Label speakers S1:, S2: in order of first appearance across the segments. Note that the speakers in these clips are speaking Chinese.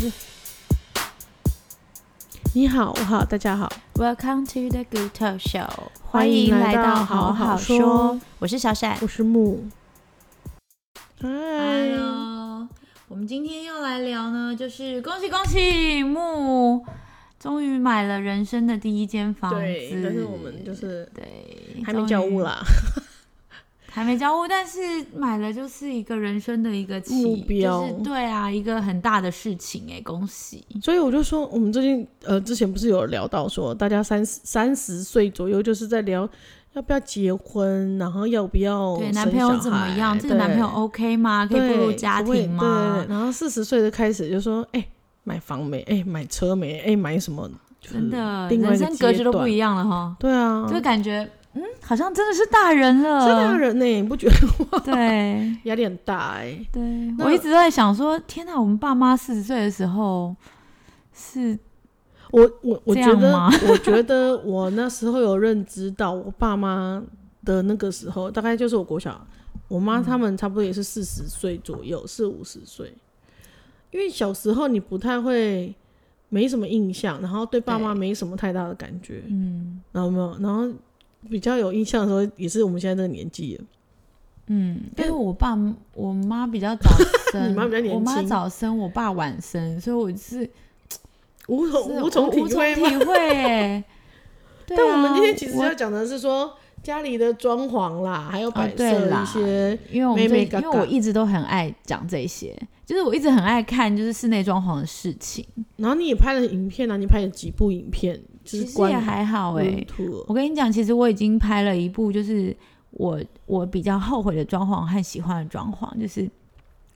S1: 是你好，我好，大家好，
S2: Welcome to the Good Talk Show，
S1: 欢迎来到好好说，
S2: 我是小闪。
S1: 我是木。哎嗨，
S2: Hello，我们今天要来聊呢，就是恭喜恭喜木，终于买了人生的第一间房子。
S1: 对，但是我们就是
S2: 对
S1: 还没交屋，
S2: 终
S1: 啦，
S2: 于还没交屋，但是买了就是一个人生的一个起
S1: 目标
S2: 就是对啊，一个很大的事情哎、恭喜！
S1: 所以我就说，我们最近呃，之前不是有聊到说，大家三十三十岁左右就是在聊要不要结婚，然后要不要
S2: 对，
S1: 哦生
S2: 男朋友
S1: 小
S2: 怎么
S1: 孩
S2: 样？这个男朋友 OK 吗？可
S1: 对
S2: 以步入
S1: 对
S2: 家
S1: 可不可以
S2: 庭吗？
S1: 对对对，然后四十岁就开始就说，哎、买房没？哎、买车没？哎、买什么？就是
S2: 真的，
S1: 另外
S2: 人
S1: 一个
S2: 生格局
S1: 阶
S2: 都不
S1: 段
S2: 一样了哈，
S1: 对啊，
S2: 就感觉嗯，好像真的是大人了，
S1: 是大人呢、你不觉得吗？
S2: 对
S1: 压力很大哎、
S2: 对，
S1: 那
S2: 我一直在想说，天哪，我们爸妈四十岁的时候是
S1: 我我我
S2: 这
S1: 觉
S2: 样
S1: 得
S2: 吗，
S1: 我觉得我那时候有认知到，我爸妈的那个时候，大概就是我国小，我妈他们差不多也是四十岁左右，四五十岁。因为小时候你不太会，没什么印象，然后对爸妈
S2: 对
S1: 没什么太大的感觉，
S2: 嗯
S1: 然后没有，然后比较有印象的时候，也是我们现在这个年纪了。
S2: 嗯，因
S1: 但
S2: 为我爸我妈 比较早生，
S1: 你妈比较年
S2: 我妈
S1: 轻
S2: 早生，我爸晚生，所以我 是
S1: 无
S2: 是啊
S1: 从无从
S2: 我
S1: 体
S2: 无
S1: 会
S2: 从
S1: 吗？
S2: 体会哎。对
S1: 但我们
S2: 啊
S1: 今天其实
S2: 我
S1: 要讲的是说家里的装潢啦，还有摆
S2: 哦对
S1: 设
S2: 啦
S1: 一些，
S2: 因为我
S1: 妹
S2: 们
S1: 妹
S2: 最近
S1: 嘎
S2: 因
S1: 嘎
S2: 为我一直都很爱讲这些，就是我一直很爱看就是室内装潢的事情，
S1: 然后你也拍了影片啊，你拍了几部影片，就
S2: 其
S1: 是
S2: 实也
S1: 关于
S2: 还好哎、
S1: 本土
S2: 我跟你讲，其实我已经拍了一部，就是我我比较后悔的装潢和喜欢的装潢，就是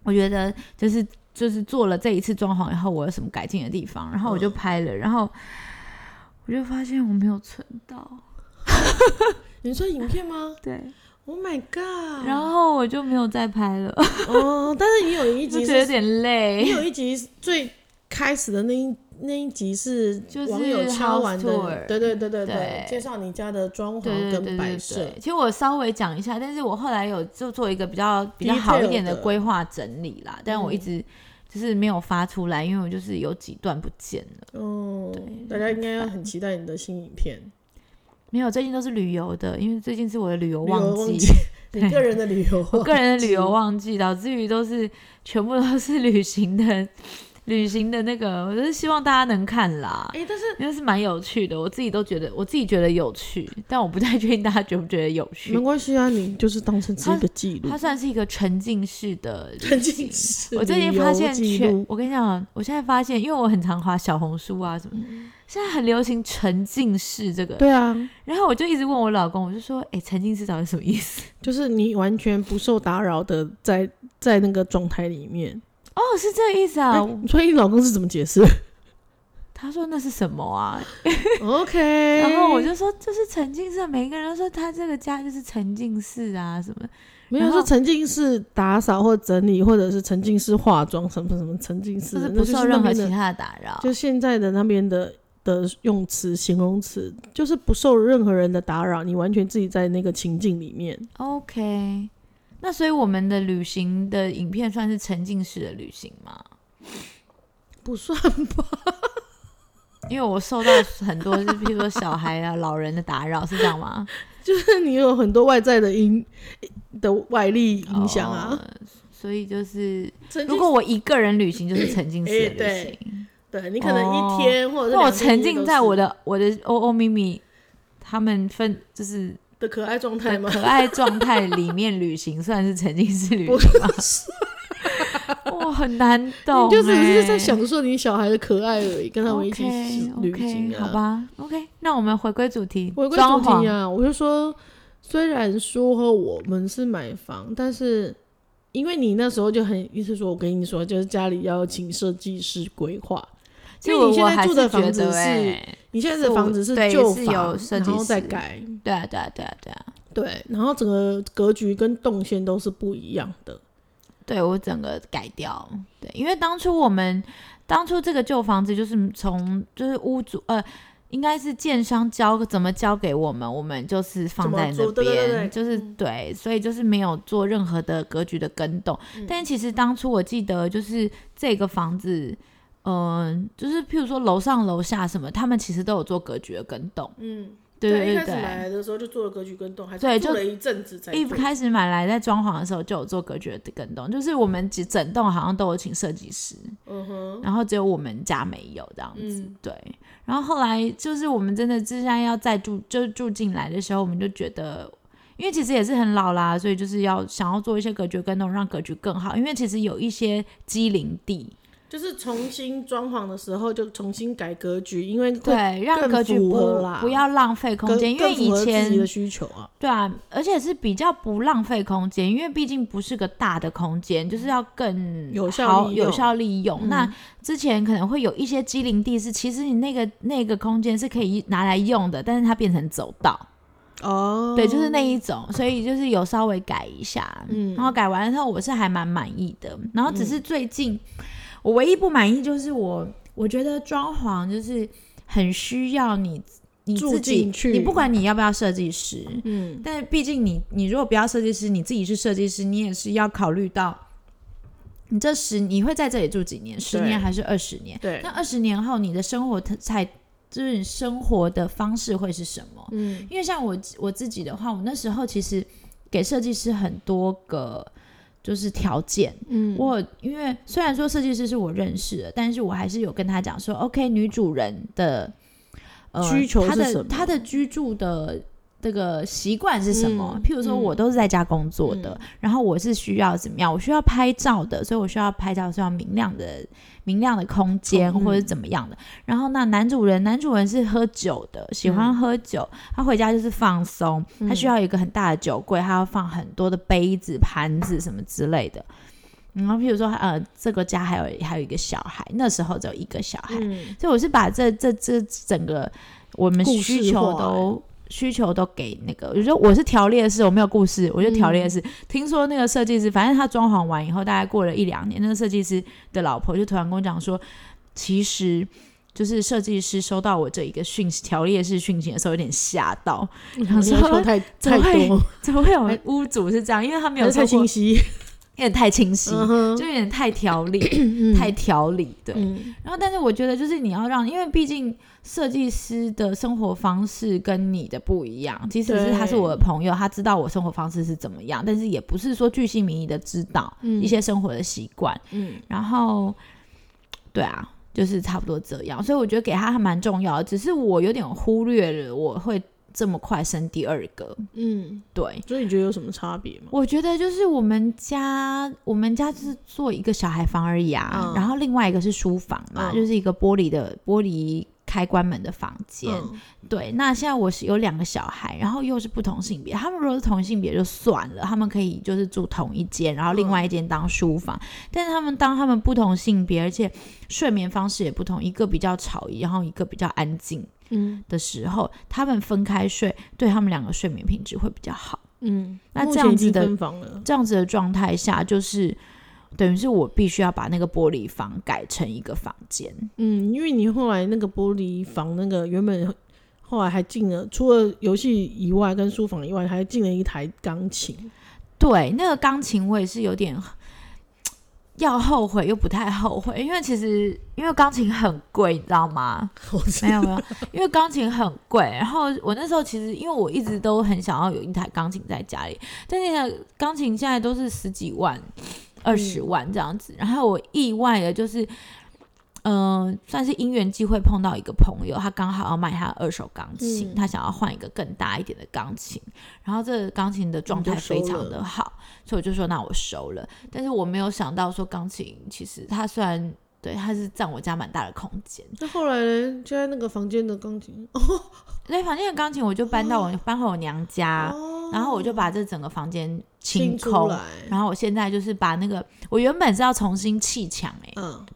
S2: 我觉得就是就是做了这一次装潢以后，我有什么改进的地方，然后我就拍了，然后我就发现我没有存到，
S1: 你说影片吗
S2: 对，
S1: ？Oh my god！
S2: 然后我就没有再拍了，
S1: 哦，但是你有一
S2: 就
S1: 集
S2: 觉得有
S1: 是，
S2: 点
S1: 你
S2: 累。
S1: 有一集最开始的那一那一集是
S2: 就是
S1: 网友敲完
S2: house tour
S1: 的，对对对对对
S2: 对，
S1: 介绍你家的装潢
S2: 对对对
S1: 跟
S2: 对
S1: 摆
S2: 对
S1: 设
S2: 对，。其实我稍微讲一下，但是我后来有就做一个比较比较
S1: Detail
S2: 好一点的
S1: 的
S2: 规划整理啦，但我一直就是没有发出来，因为我就是有几段不见了。
S1: 哦，大家应该要很期待你的新影片，
S2: 没有，最近都是旅游的，因为最近是我的旅游
S1: 旅游
S2: 旺
S1: 旺
S2: 季，
S1: 季你个人的旅游，
S2: 我个 人的旅游旺季，导致于都是全部都是旅行的，旅行的那个，我就是希望大家能看啦，
S1: 哎，但是
S2: 因为是蛮有趣的，我自己都觉得，我自己觉得有趣，但我不太确定大家觉不觉得有趣
S1: 没。关系啊，你就是当成是一个记录
S2: 它，算是一个沉浸式的旅
S1: 沉
S2: 行
S1: 浸式
S2: 我最近
S1: 旅游
S2: 发现
S1: 记
S2: 全
S1: 录，
S2: 我跟你讲，我现在发现，因为我很常滑小红书啊什么的，现在很流行沉浸式这个，
S1: 嗯对啊，
S2: 然后我就一直问我老公，我就说，哎、沉浸式到底什么意思？
S1: 就是你完全不受打扰的在在那个状态里面。
S2: 哦，是这个意思啊。
S1: 哎
S2: 我
S1: 所以你老公是怎么解释
S2: 他说那是什么啊？
S1: ？OK，
S2: 然后我就说这是沉浸式啊，每一个人都说他这个家就是沉浸式啊什么的。
S1: 没有
S2: 然后
S1: 说沉浸式打扫或整理，或者是沉浸式化妆什么什么沉浸式的，
S2: 就是
S1: 那就
S2: 不
S1: 是
S2: 受任
S1: 那
S2: 何
S1: 边
S2: 其
S1: 的，
S2: 他的打扰。
S1: 就现在的那边的。的用词、形容词就是不受任何人的打扰，你完全自己在那个情境里面。
S2: OK，那所以我们的旅行的影片算是沉浸式的旅行吗？
S1: 不算，
S2: 因为我受到很多，就是譬如说小孩啊、老人的打扰，是这样吗？
S1: 就是你有很多外在的因的外力影响啊。
S2: 哦所以就是，
S1: 沉浸
S2: 如果我一个人旅行，就是沉浸式的
S1: 哎
S2: 旅
S1: 对
S2: 行。
S1: 对你可能一天或者是
S2: 那我
S1: 两天
S2: 沉浸在我
S1: 一日
S2: 的我的欧欧咪咪他们分就是
S1: 都是的可爱状态
S2: 的
S1: 吗？
S2: 可爱状态里面旅行，算是沉浸式旅
S1: 不
S2: 行 吗？哇，很难懂、欸，
S1: 你就只是在享受你小孩的可爱而已，跟他们一起
S2: OK
S1: 旅行
S2: OK，
S1: 啊。
S2: 好吧，OK，那我们回归主题，
S1: 回归
S2: 装
S1: 主
S2: 潢
S1: 题啊，我就说，虽然说我们是买房，但是因为你那时候就很意思说，我跟你说，就是家里要请设计师规划。
S2: 其实
S1: 因为
S2: 我
S1: 你现
S2: 我
S1: 在
S2: 还
S1: 住
S2: 是
S1: 的房
S2: 觉
S1: 子
S2: 得
S1: 是
S2: 欸
S1: 你现在的
S2: 是
S1: 房子是
S2: 对
S1: 旧
S2: 是
S1: 房
S2: 有，设
S1: 然
S2: 计
S1: 后再
S2: 师
S1: 改，
S2: 对啊对啊对啊对啊，
S1: 对，然后整个格局跟动线都是不一样的。
S2: 对我整个改掉，对，因为当初我们当初这个旧房子就是从就是屋主呃。应该是建商交怎么交给我们，我们就是
S1: 怎
S2: 放在
S1: 么
S2: 那
S1: 租对对对嗯对
S2: 边，就是对，所以就是没有做任
S1: 嗯
S2: 何的格局的更动。但其实当初我记得，就是这个房子，嗯，就是譬如说楼上楼下什么，他们其实都有做格局的跟动，
S1: 嗯，
S2: 对
S1: 一
S2: 对
S1: 开始买
S2: 对。
S1: 来的时候就做了格局跟动，还
S2: 对
S1: 是
S2: 就
S1: 做了一阵子才
S2: 一
S1: 做
S2: 开始买来在装潢的时候就有做格局的跟动，就是我们整整栋好像都有请设计师，
S1: 嗯哼，
S2: 然后只有我们家没有这样子，
S1: 嗯
S2: 对。然后后来就是我们真的自然要再住，就住进来的时候，我们就觉得，因为其实也是很老啦，所以就是要想要做一些格局跟动，让格局更好。因为其实有一些机灵地，
S1: 就是重新装潢的时候就重新改格局，因为会
S2: 对，让
S1: 更
S2: 格局
S1: 符合
S2: 不
S1: 啦
S2: 不要浪费空
S1: 更
S2: 间，因为
S1: 更
S2: 以
S1: 符合自己
S2: 前
S1: 的需求啊，
S2: 对啊，而且是比较不浪费空间，因为毕竟不是个大的空间，就是要更
S1: 有效
S2: 好
S1: 利
S2: 有
S1: 用
S2: 效利用。
S1: 嗯
S2: 那之前可能会有一些机灵地是，其实你那个那个空间是可以拿来用的，但是它变成走道，
S1: 哦，
S2: 对，就是那一种，所以就是有稍微改一下，
S1: 嗯
S2: 然后改完之后我是还蛮满意的，然后只是最近、我唯一不满意就是我我觉得装潢就是很需要你你
S1: 住
S2: 自己
S1: 进，去
S2: 你不管你要不要设计师，
S1: 嗯，
S2: 但毕竟你你如果不要设计师，你自己是设计师，你也是要考虑到你这十你会在这里住几年，十年还是二十年？
S1: 对
S2: 那，二十年后你的生活才就是你生活的方式会是什么？
S1: 嗯
S2: 因为像我我自己的话，我那时候其实给设计师很多个就是条件。
S1: 嗯，
S2: 我因为虽然说设计师是我认识的，但是我还是有跟他讲说，OK，女主人的呃
S1: 需求
S2: 她
S1: 是
S2: 的
S1: 什么
S2: 她的居住的这个习惯是什么？
S1: 嗯
S2: 譬如说，我
S1: 嗯
S2: 都是在家工作的，然后我是需要怎么样？我需要拍照的，所以我需要拍照是要明亮的、明亮的空间、
S1: 嗯
S2: 或者怎么样的。然后那男主人，男主人是喝酒的，喜
S1: 嗯
S2: 欢喝酒，他回家就是放松，他需要一个很大的酒柜，他要放很多的杯子、盘子什么之类的。然后，譬如说，呃，这个家还有还有一个小孩，那时候只有一个小孩，
S1: 嗯
S2: 所以我是把这这这整个我们
S1: 故
S2: 需
S1: 事化
S2: 求
S1: 欸
S2: 都需求都给那个，我觉得我是条列式，我没有故事，我就条
S1: 嗯
S2: 列式。听说那个设计师，反正他装潢完以后，大概过了一两年，那个设计师的老婆就突然跟我讲说，其实。就是设计师收到我这一个讯息条列式讯息的时候，有点吓到，想
S1: 要
S2: 说
S1: 求太
S2: 怎么
S1: 太
S2: 会
S1: 多，
S2: 怎么会有
S1: 还
S2: 屋主是这样？因为他没
S1: 还
S2: 有
S1: 是
S2: 说
S1: 太
S2: 过，
S1: 清
S2: 有
S1: 晰，
S2: 点太清晰，
S1: 嗯哼
S2: 就有点太条理，
S1: 嗯
S2: 太条理。对，
S1: 嗯
S2: 然后，但是我觉得就是你要让，因为毕竟设计师的生活方式跟你的不一样。即使是
S1: 对
S2: 他是我的朋友，他知道我生活方式是怎么样，但是也不是说巨细靡遗的知道
S1: 嗯
S2: 一些生活的习惯。
S1: 嗯
S2: 然后，对啊，就是差不多这样。所以我觉得给他还蛮重要的，只是我有点忽略了我会这么快生第二个。
S1: 嗯，
S2: 对，
S1: 所以你觉得有什么差别吗？
S2: 我觉得就是我们家，我们家就是做一个小孩房而已啊，
S1: 嗯
S2: 然后另外一个是书房嘛，
S1: 嗯
S2: 就是一个玻璃的玻璃开关门的房间。
S1: 嗯
S2: 对，那现在我是有两个小孩，然后又是不同性别，他们如果是同性别就算了，他们可以就是住同一间，然后
S1: 嗯
S2: 另外一间当书房，但是他们当他们不同性别，而且睡眠方式也不同，一个比较吵，然后一个比较安静
S1: 嗯
S2: 的时候，他们分开睡，对他们两个睡眠品质会比较好。
S1: 嗯，
S2: 那
S1: 目
S2: 这
S1: 前
S2: 样
S1: 已经
S2: 子的
S1: 分房了，
S2: 这样子的状态下，就是等于是我必须要把那个玻璃房改成一个房间。
S1: 嗯，因为你后来那个玻璃房那个原本后来还进了，除了游戏以外跟书房以外，还进了一台钢琴。
S2: 对，那个钢琴我也是有点要后悔，又不太后悔，因为其实因为钢琴很贵，你知道吗？
S1: 我 知
S2: 没有没有，因为钢琴很贵。然后我那时候其实因为我一直都很想要有一台钢琴在家里，但那台钢琴现在都是十几万、二十
S1: 嗯
S2: 万这样子。然后我意外的就是，嗯、算是因缘际会碰到一个朋友，他刚好要卖他的二手钢琴，
S1: 嗯
S2: 他想要换一个更大一点的钢琴。然后这个钢琴的状态
S1: 你就收
S2: 非常
S1: 了
S2: 的好，所以我就说那我收了。但是我没有想到说钢琴其实它虽然对它是占我家蛮大的空间。
S1: 那后来呢？现在那个房间的钢琴哦，
S2: 那房间的钢琴我就搬到我、搬回我娘家，
S1: 哦
S2: 然后我就把这整个房间清
S1: 清出
S2: 空。
S1: 来，
S2: 然后我现在就是把那个，我原本是要重新砌墙哎、欸，
S1: 嗯，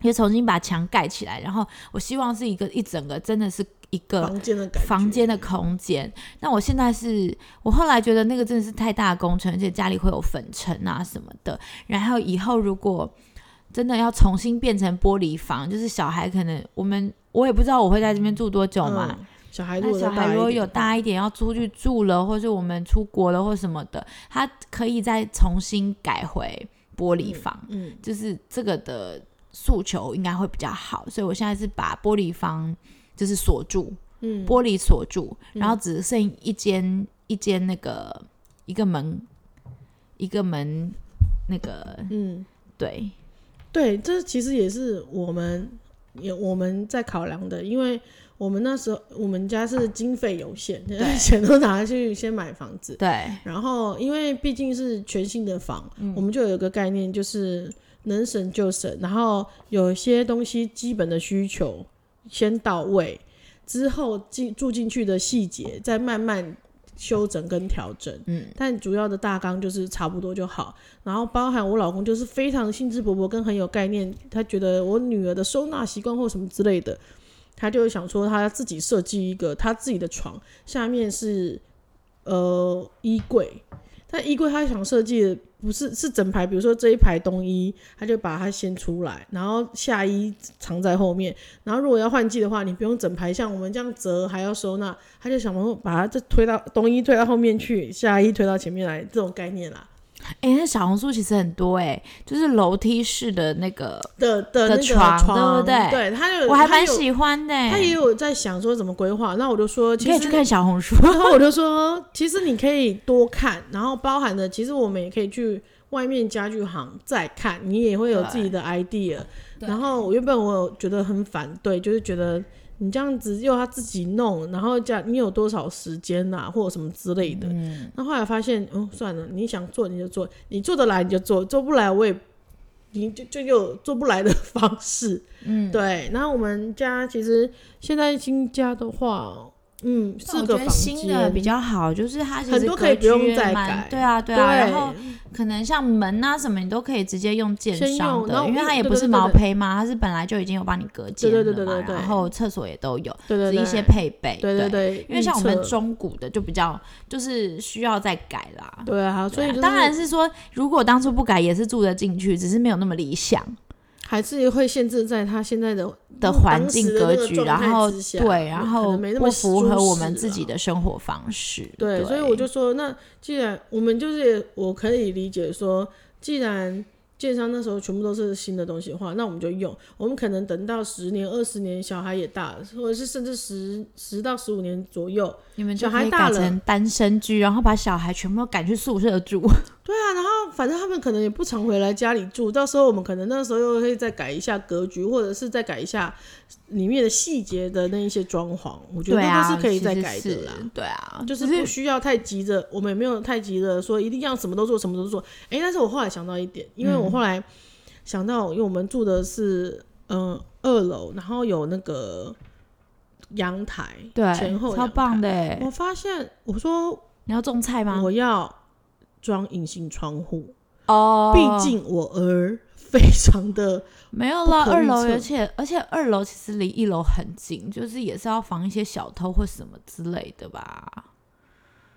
S2: 就重新把墙盖起来。然后我希望是一个一整个真的是一个
S1: 房间的感觉，
S2: 呃房间的空间。那我现在是我后来觉得那个真的是太大的工程，而且家里会有粉尘啊什么的。然后以后如果真的要重新变成玻璃房，就是小孩可能我们我也不知道我会在这边住多久嘛，
S1: 嗯小孩如
S2: 那
S1: 果再
S2: 小
S1: 大
S2: 孩
S1: 一
S2: 如果
S1: 点
S2: 有
S1: 的话
S2: 大一点要出去住了，或是我们出国了或什么的，他可以再重新改回玻璃房，
S1: 嗯，
S2: 就是这个的诉求应该会比较好，所以我现在是把玻璃房就是锁住，
S1: 嗯，
S2: 玻璃锁住，然后只剩一间一间那个一个门一个门那个
S1: 嗯，
S2: 对，
S1: 对，这其实也是我们也我们在考量的，因为我们那时候我们家是经费有限，
S2: 对
S1: 钱都拿去先买房子，
S2: 对，嗯
S1: 然后因为毕竟是全新的房，我们就有一个概念，就是能省就省，然后有些东西基本的需求先到位，之后进住进去的细节再慢慢修整跟调整。
S2: 嗯，
S1: 但主要的大纲就是差不多就好。然后包含我老公就是非常兴致勃勃跟很有概念，他觉得我女儿的收纳习惯或什么之类的，他就想说他自己设计一个他自己的床，下面是呃衣柜。但衣柜他想设计的不是是整排，比如说这一排冬衣，他就把它先出来，然后夏衣藏在后面。然后如果要换季的话，你不用整排像我们这样折还要收纳，他就想办法把它这推到冬衣推到后面去，夏衣推到前面来，这种概念啦
S2: 哎、那小红书其实很多哎、就是楼梯式的那个，
S1: 的的那
S2: 的
S1: 个
S2: 床对不对
S1: 对，他有
S2: 我还蛮。
S1: 呃他有
S2: 喜欢的、
S1: 他也有在想说怎么规划，那我就说，
S2: 你
S1: 其
S2: 可以
S1: 实
S2: 去看小红书。
S1: 然后我就说，其实你可以多看，然后包含的，其实我们也可以去外面家具行再看，你也会有自己的 idea。
S2: 对
S1: 然后我原本我有觉得很反对，就是觉得你这样子又要自己弄，然后加你有多少时间呐、或者什么之类的。
S2: 嗯，
S1: 那后来发现，嗯，算了，你想做你就做，你做得来你就做，做不来我也，你就就有做不来的方式，嗯，对。然后我们家其实现在新家的话，嗯，四个
S2: 我觉
S1: 房
S2: 得
S1: 间
S2: 新的比较好，就是它其实
S1: 很多可以
S2: 格
S1: 不用
S2: 局
S1: 再
S2: 蛮
S1: 改
S2: 对啊，对
S1: 对
S2: 啊。然后可能像门啊什么，你都可以直接用建
S1: 先
S2: 商
S1: 用然
S2: 的，
S1: 后
S2: 因为它也
S1: 对
S2: 不
S1: 对
S2: 是
S1: 对
S2: 毛
S1: 对
S2: 坯嘛，它是本来就已经有帮你隔间
S1: 对
S2: 了
S1: 对
S2: 嘛，
S1: 对对对
S2: 然后厕所也都有，
S1: 对对
S2: 只
S1: 对
S2: 是一些配备。
S1: 对对对，
S2: 因为像我们
S1: 预测
S2: 中古的就比较就是需要再改啦。
S1: 对啊，所以、就是、
S2: 当然是说，如果当初不改也是住得进去，只是没有那么理想
S1: 还是会限制在他现在的
S2: 的环境格局，然后对，然
S1: 可
S2: 后
S1: 能没那么
S2: 不符合我们
S1: 舒适
S2: 自己
S1: 啊
S2: 的生活方式。
S1: 对，所以我就说，那既然我们就是我可以理解说，既然建商那时候全部都是新的东西的话，那我们就用。我们可能等到十年、二十年，小孩也大了，或者是甚至十十到十五年左右，
S2: 你们就
S1: 小
S2: 可
S1: 孩
S2: 以
S1: 大
S2: 改
S1: 了
S2: 成单身居，然后把小孩全部都赶去宿舍住。
S1: 对啊，然后反正他们可能也不常回来家里住，到时候我们可能那时候又会再改一下格局，或者是再改一下里面的细节的那一些装潢，我觉得
S2: 对啊，
S1: 都是可以
S2: 其
S1: 再
S2: 实
S1: 改的
S2: 是
S1: 啦。
S2: 对啊，
S1: 就是
S2: 只
S1: 不需要太急着，我们也没有太急着说一定要什么都做，什么都做。哎、但是我后来想到一点，因为我后来想到，因为我们住的是嗯、呃二楼，然后有那个阳台，
S2: 对
S1: 前后
S2: 超
S1: 阳台。
S2: 棒的啊欸。
S1: 我发现，我说
S2: 你要种菜吗？
S1: 我要装隐形窗户，
S2: 哦，
S1: 毕竟我儿非常的
S2: 没有
S1: 不
S2: 啦，
S1: 可
S2: 二
S1: 预
S2: 楼，
S1: 测
S2: 而且而且二楼其实离一楼很近，就是也是要防一些小偷或什么之类的吧。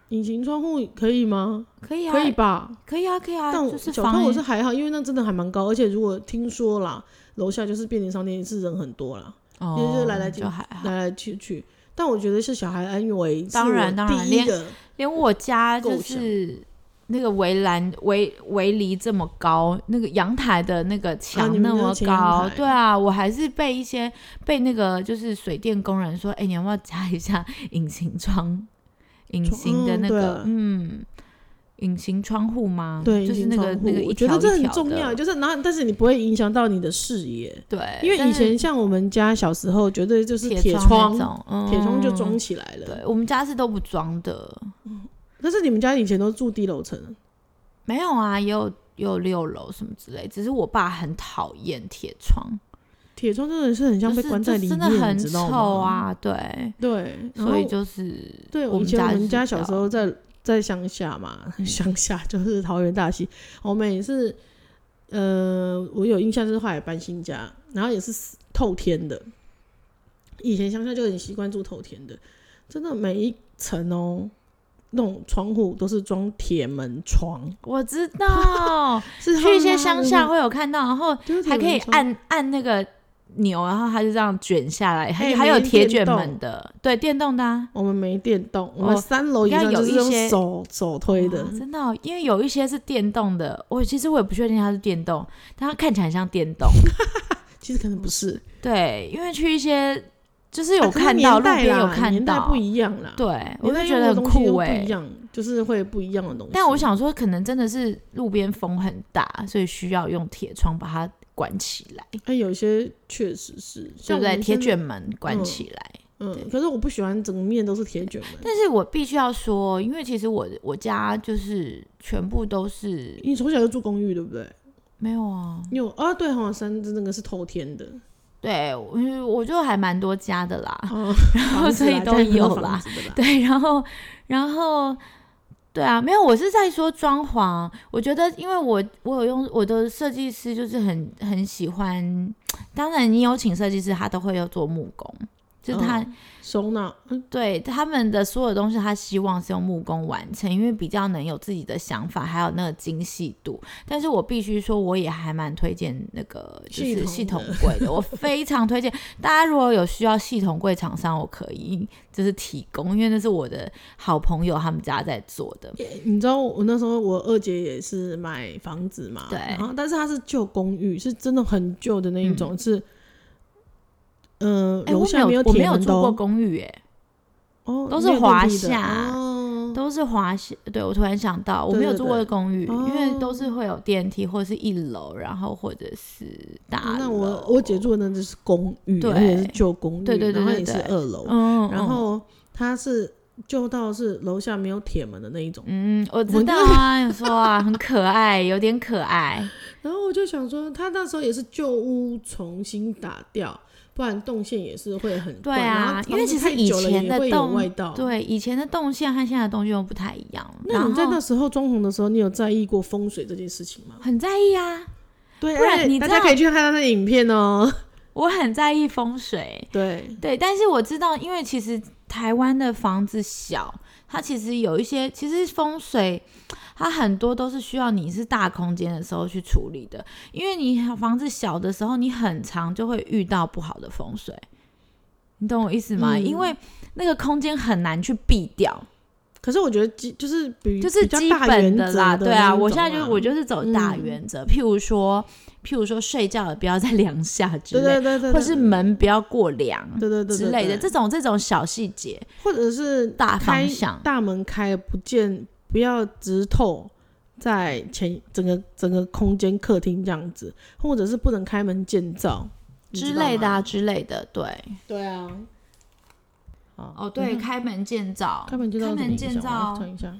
S1: 隐形窗户可以吗？
S2: 可以啊，
S1: 可以吧？
S2: 可以啊，可以啊，
S1: 但我
S2: 就是
S1: 小
S2: 防
S1: 偷我
S2: 欸
S1: 是还好，因为那真的还蛮高，而且如果听说啦，楼下就是便利商店是人很多啦，
S2: 哦，
S1: 因为就是来来去
S2: 就还好。
S1: 来来去去。但我觉得是小孩安危，
S2: 啊当然
S1: 是我
S2: 当然
S1: 第一个
S2: 连我家就
S1: 构想
S2: 是那个围栏围围篱这么高，那个阳台的那个
S1: 啊
S2: 墙
S1: 你们
S2: 那
S1: 没有
S2: 么
S1: 前
S2: 高，
S1: 阳台
S2: 对啊，我还是被一些被那个就是水电工人说，哎、你要不要加一下隐形窗？隐
S1: 窗
S2: 形的
S1: 嗯
S2: 那
S1: 对
S2: 个
S1: 啊，
S2: 嗯，隐形窗户吗？
S1: 对，
S2: 就是
S1: 隐
S2: 那
S1: 形
S2: 个
S1: 窗户
S2: 那个一
S1: 我觉得
S2: 条一
S1: 这很
S2: 条
S1: 重要，
S2: 的，
S1: 就是然后但是你不会影响到你的视野，
S2: 对，
S1: 因为
S2: 但
S1: 以
S2: 是
S1: 前像我们家小时候，绝对就是
S2: 铁
S1: 窗
S2: 那，种，
S1: 铁窗就
S2: 嗯
S1: 装起来了。
S2: 对，我们家是都不装的，
S1: 但是你们家以前都住低楼层，啊
S2: 没有啊，也有也有六楼什么之类，只是我爸很讨厌铁窗，
S1: 铁窗真的是很像
S2: 就
S1: 被
S2: 是
S1: 关在
S2: 这
S1: 里
S2: 真
S1: 面，
S2: 的很
S1: 你知道
S2: 臭
S1: 吗？
S2: 啊，对，
S1: 对，然
S2: 所以
S1: 后
S2: 就是
S1: 对，
S2: 我
S1: 以
S2: 们
S1: 前
S2: 家
S1: 我
S2: 是
S1: 们家
S2: 比
S1: 小时
S2: 较嗯
S1: 候在在乡下嘛，乡下 就是桃园大溪，我们也是，呃，我有印象就是后来搬新家，然后也是死透天的，以前乡下就很习惯住透天的，真的每一层哦。那种窗户都是装铁门窗，
S2: 我知道，
S1: 是
S2: 去一
S1: 他
S2: 些
S1: 妈
S2: 乡
S1: 的
S2: 下会有看到，然后
S1: 就是铁
S2: 还可以
S1: 门窗
S2: 按按那个钮，然后它就这样卷下来，还
S1: 哎
S2: 还有
S1: 没电
S2: 铁卷
S1: 动
S2: 门的，对，电动的啊。
S1: 我们没电动，我们
S2: 哦
S1: 三楼以
S2: 应该
S1: 上
S2: 有
S1: 就是
S2: 一些
S1: 用手手推的
S2: 哇，真的哦、因为有一些是电动的，我其实我也不确定它是电动，但它看起来很像电动，
S1: 其实可能不是，
S2: 对，因为去一些就是
S1: 啊
S2: 有
S1: 可是
S2: 看到、
S1: 年
S2: 路
S1: 代
S2: 边有
S1: 啦，
S2: 看
S1: 年代
S2: 到，
S1: 不一样啦。，
S2: 对，我就觉得很酷哎、
S1: 不一样，就是会有不一样的东西。
S2: 但我想说，可能真的是路边风很大，所以需要用铁窗把它关起来，
S1: 哎、有一些确实是，
S2: 对
S1: 像
S2: 不
S1: 我
S2: 对？
S1: 们
S2: 铁
S1: 现在
S2: 卷门关
S1: 嗯
S2: 起来。
S1: 嗯，可是我不喜欢整面都是铁卷门。
S2: 但是我必须要说，因为其实我我家就是全部都是
S1: 你从小就住公寓，对不对？
S2: 没有啊，
S1: 你有啊？对哈，三只那个是透天的，
S2: 对我我就还蛮多家 的啦，
S1: 哦，
S2: 后 所以都有
S1: 啦。家里有
S2: 啦
S1: 房子的啦
S2: 对，然后，然后，对啊，没有，我是在说装潢。我觉得，因为我我有用我的设计师，就是很很喜欢。当然，你有请设计师，他都会要做木工，就是他、
S1: 嗯收纳，嗯
S2: 对他们的所有东西，他希望是用木工完成，因为比较能有自己的想法，还有那个精细度。但是我必须说，我也还蛮推荐那个
S1: 系
S2: 就
S1: 统
S2: 是
S1: 的
S2: 系统柜的，我非常推荐大家。如果有需要系统柜厂商，我可以就是提供，因为那是我的好朋友他们家在做的。
S1: 也哎你知道我那时候我二姐也是买房子嘛，
S2: 对
S1: 然后但是她是旧公寓，是真的很旧的那一种，是，呃，
S2: 嗯哎、
S1: 楼
S2: 我
S1: 下
S2: 没有，我没
S1: 铁
S2: 有
S1: 门
S2: 住过
S1: 都，
S2: 公寓、哎，
S1: 哦，
S2: 都是
S1: 没有电
S2: 华
S1: 梯的
S2: 夏
S1: 哦，
S2: 都是华夏。对我突然想到，我
S1: 对
S2: 没有
S1: 对
S2: 住过
S1: 对
S2: 的公寓，因为
S1: 哦
S2: 都是会有电梯，或是一楼，然后或者是大
S1: 哦那
S2: 楼
S1: 我我姐住的那就是公寓，
S2: 对
S1: 而且是旧公寓，
S2: 对对对
S1: 然后
S2: 对
S1: 也是
S2: 对
S1: 二楼，
S2: 嗯，
S1: 然
S2: 嗯
S1: 后她是旧到是楼下没有铁门的那一种。
S2: 嗯，我
S1: 我
S2: 知道啊，有说啊，很可爱，有点 可爱，
S1: 然后我就想说，他那时候也是旧屋重新打掉，不然动线也是会很
S2: 对
S1: 怪
S2: 啊
S1: 然后
S2: 因为
S1: 房子
S2: 其实
S1: 太
S2: 以
S1: 久了
S2: 前
S1: 也
S2: 的
S1: 会有
S2: 动
S1: 味道。，
S2: 对，以前的动线和现在的动线又不太一样。
S1: 那你在
S2: 然后
S1: 那时候装潢的时候，你有在意过风水这件事情吗？
S2: 很在意啊，
S1: 对，
S2: 不然
S1: 哎
S2: 你
S1: 大
S2: 知
S1: 家
S2: 道
S1: 可以去看他的影片哦。
S2: 我很在意风水，
S1: 对，
S2: 对，但是我知道，因为其实台湾的房子小，它其实有一些，其实风水它很多都是需要你是大空间的时候去处理的，因为你房子小的时候，你很常就会遇到不好的风水，你懂我意思吗？
S1: 嗯
S2: 因为那个空间很难去避掉，
S1: 可是我觉得基就是比
S2: 就是
S1: 比较
S2: 基
S1: 大
S2: 本
S1: 原
S2: 的
S1: 则
S2: 啦，对啊，
S1: 那一
S2: 我
S1: 种
S2: 现在就
S1: 啊
S2: 我就是走大
S1: 嗯
S2: 原则，譬如说，譬如说睡觉也不 要在梁下之
S1: 对
S2: 类，
S1: 对对对，
S2: 或
S1: 对
S2: 是门不要过梁。
S1: 对对对
S2: 之类的，
S1: 对
S2: 这种这种小细节，
S1: 或者是
S2: 大方
S1: 开
S2: 向
S1: 大门开了不见，不要直透在前整个整个空间客厅这样子，或者是不能开门建造你
S2: 之
S1: 知道
S2: 类的啊，
S1: 吗
S2: 之类的，对。
S1: 对啊。好
S2: 哦，对，
S1: 嗯
S2: 开门见照，
S1: 开门建造是
S2: 开
S1: 什么
S2: 门
S1: 影响，
S2: 建
S1: 我要
S2: 照，
S1: 看一下。